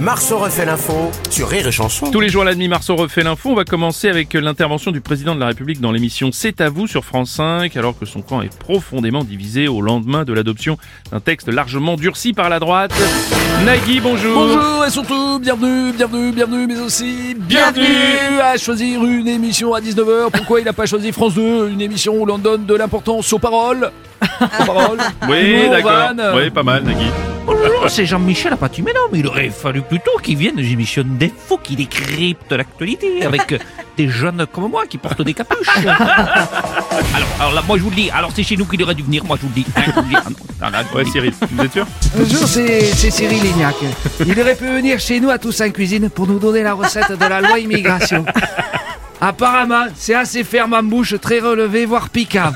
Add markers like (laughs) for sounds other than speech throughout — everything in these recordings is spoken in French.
Marceau refait l'info sur Rire et Chanson. Tous les jours à la demi, Marceau refait l'info. On va commencer avec l'intervention du président de la République dans l'émission C'est à vous sur France 5, alors que son camp est profondément divisé au lendemain de l'adoption d'un texte largement durci par la droite. Nagui, bonjour. Bonjour et surtout bienvenue, bienvenue, bienvenue, mais aussi bienvenue à choisir une émission à 19h. Pourquoi il n'a pas choisi France 2, une émission où l'on donne de l'importance aux paroles Aux paroles Oui, Humour, d'accord. vannes. Oui, pas mal, Nagui. Bonjour, Oh c'est Jean-Michel Apathy. Mais non, mais il aurait fallu plutôt qu'il vienne aux émissions d'info, qui décrypte l'actualité avec (laughs) euh, des jeunes comme moi qui portent des capuches. (laughs) alors, alors là, moi je vous le dis, alors c'est chez nous qu'il aurait dû venir, moi je vous le dis. Hein, je vous le dis. Ah, non, ah, là, je vous Ouais, le dis. Cyril, vous êtes sûr Bonjour, c'est c'est Cyril Lignac. Il aurait pu venir chez nous à tous en cuisine pour nous donner la recette de la loi immigration. (laughs) Apparemment, c'est assez ferme en bouche, très relevé, voire piquant.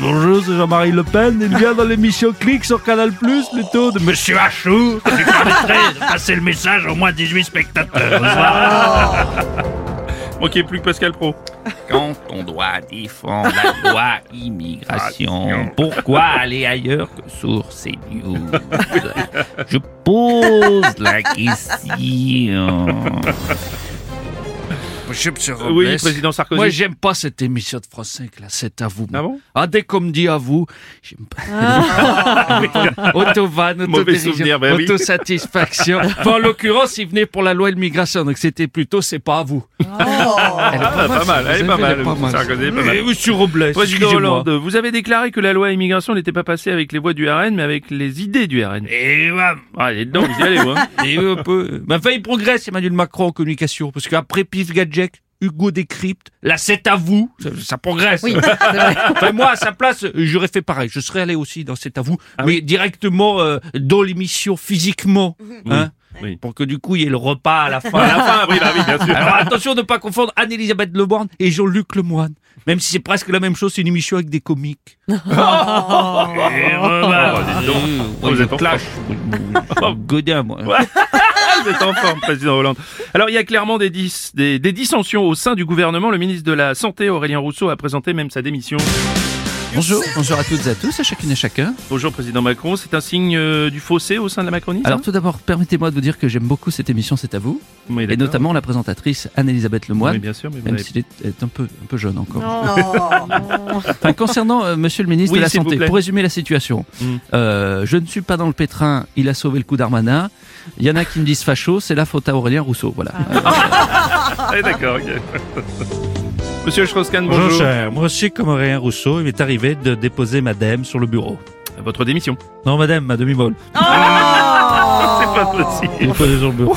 Bonjour, c'est Jean-Marie Le Pen. Il vient dans l'émission Click sur Canal Plus, plutôt de (laughs) Monsieur Achou. Ça lui permettrait de passer le message aux moins 18 spectateurs. Manquez plus que Pascal Pro. Quand on doit défendre (laughs) la loi immigration, pourquoi aller ailleurs que sur ces news Je pose la question. Monsieur, monsieur Robles, Oui, président Sarkozy. Oh, Moi, j'aime pas cette émission de France 5, là, c'est à vous. Ah bon Ah, dès qu'on me dit à vous, j'aime pas. (laughs) Auto-vanne, Mauvais autodérision, souvenir, ben oui. autosatisfaction. Enfin, en l'occurrence, il venait pour la loi immigration, donc c'était plutôt c'est pas à vous. Elle est Ah, pas mal, elle est pas vous mal. avez pas mal. Sarkozy, pas mal. monsieur Robles, Président excusez-moi. Hollande, vous avez déclaré que la loi immigration n'était pas passée avec les voix du RN, mais avec les idées du RN. Et voilà. Ah, il est dedans, vous y allez, vous, (laughs) hein. Et un peu. Mais ben, enfin, il progresse, Emmanuel Macron, en communication, parce qu'après Pif Gadget, Hugo décrypte, là, c'est à vous, ça, ça progresse. enfin, moi, à sa place, j'aurais fait pareil. Je serais allé aussi dans cet à vous, mais directement euh, dans l'émission physiquement. hein, Oui. Pour que du coup, il y ait le repas à la fin. À la (laughs) fin, oui, bah oui, bien sûr. Alors attention de ne pas confondre Anne-Elisabeth Leborn et Jean-Luc Lemoine. Même si c'est presque la même chose, c'est une émission avec des comiques. Et Ah, voilà. Oh, vous êtes en clash. Oh, Godin, moi. Vous êtes en forme, président Hollande. Alors, il y a clairement des, dis- des, des dissensions au sein du gouvernement. Le ministre de la Santé, Aurélien Rousseau, a présenté même sa démission. Bonjour, bonjour à toutes et à tous, à chacune et à chacun. Bonjour, président Macron. C'est un signe euh, du fossé au sein de la Macronie ça Alors tout d'abord, permettez-moi de vous dire que j'aime beaucoup cette émission, c'est à vous. Oui, Et d'accord. notamment la présentatrice Anne-Elisabeth Lemoine, Oui, bien sûr, mais vous même avez- s'il est, est un, peu, un peu jeune encore. (laughs) Enfin, concernant euh, Monsieur le ministre Oui, de la s'il vous Santé, plaît. pour résumer la situation, Mm. euh, je ne suis pas dans le pétrin, il a sauvé le coup d'Armanin. Il y en a qui me disent facho, c'est la faute à Aurélien Rousseau. Voilà. (laughs) Ah, d'accord, ok. (laughs) Monsieur Strauss-Kahn, bonjour. cher. Moi aussi, comme Aurélien Rousseau, il m'est arrivé de déposer madame sur le bureau. Votre démission. Non, madame, ma demi-molle. (laughs) C'est pas possible. Déposée sur le bureau.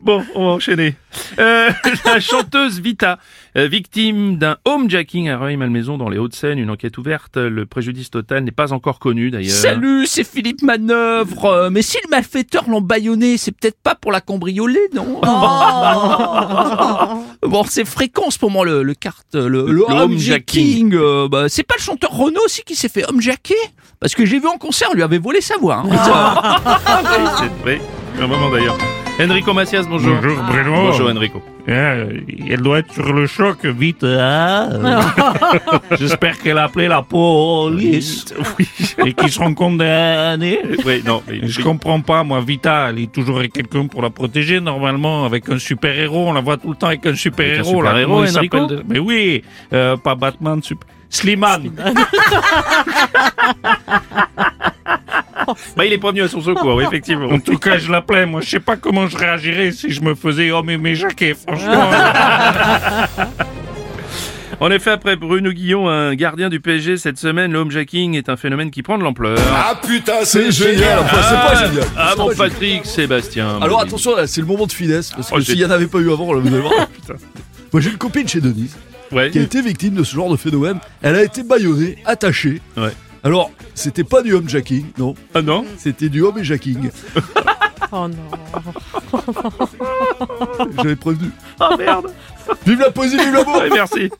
Bon, on va enchaîner. Euh, (laughs) la chanteuse Vita, euh, victime d'un homejacking à Rueil-Malmaison dans les Hauts-de-Seine, une enquête ouverte. Le préjudice total n'est pas encore connu d'ailleurs. Salut, c'est Philippe Manœuvre. Euh, Mais si le malfaiteur l'ont bâillonné, c'est peut-être pas pour la cambrioler, non (laughs) Bon, c'est fréquent en ce moment le, le carte, le, le, le homejacking. Euh, bah, c'est pas le chanteur Renaud aussi qui s'est fait homejacker Parce que j'ai vu en concert, on lui avait volé sa voix. hein. Oui, c'est vrai. Un moment d'ailleurs. Enrico Macias, bonjour. Bonjour, Bruno. Bonjour Enrico. Euh, Elle doit être sur le choc, vite. hein. Euh, J'espère qu'elle a appelé la police Oui. et qu'ils seront condamnés. Oui, non, mais Je comprends pas, moi, Vita, elle est toujours avec quelqu'un pour la protéger, normalement, avec un super-héros. On la voit tout le temps avec un super-héros. là. super-héros, Comment il Enrico s'appelle de- Mais oui, euh, pas Batman, super... Slimane. bah, il est pas venu à son secours, oui, effectivement. En tout cas, je l'appelais. Moi, je sais pas comment je réagirais si je me faisais homme et mes jaquets, franchement. (laughs) En effet, après Bruno Guillon, un gardien du PSG cette semaine, le homejacking est un phénomène qui prend de l'ampleur. Ah putain, c'est génial. Enfin, c'est pas génial. Ah mon Patrick Sébastien. Alors attention, là, c'est le moment de finesse, parce Oh, que j'ai- s'il n'y en avait pas eu avant, là, vous (laughs) allez voir. Moi, j'ai une copine chez Denise Ouais. qui a été victime de ce genre de phénomène. Elle a été bâillonnée, attachée. Ouais. Alors, c'était pas du homejacking, non, Ah non c'était du homejacking. Oh non. J'avais prévenu. Ah merde Ah, Vive la poésie, vive l'amour (laughs) Ouais, Ah, Merci.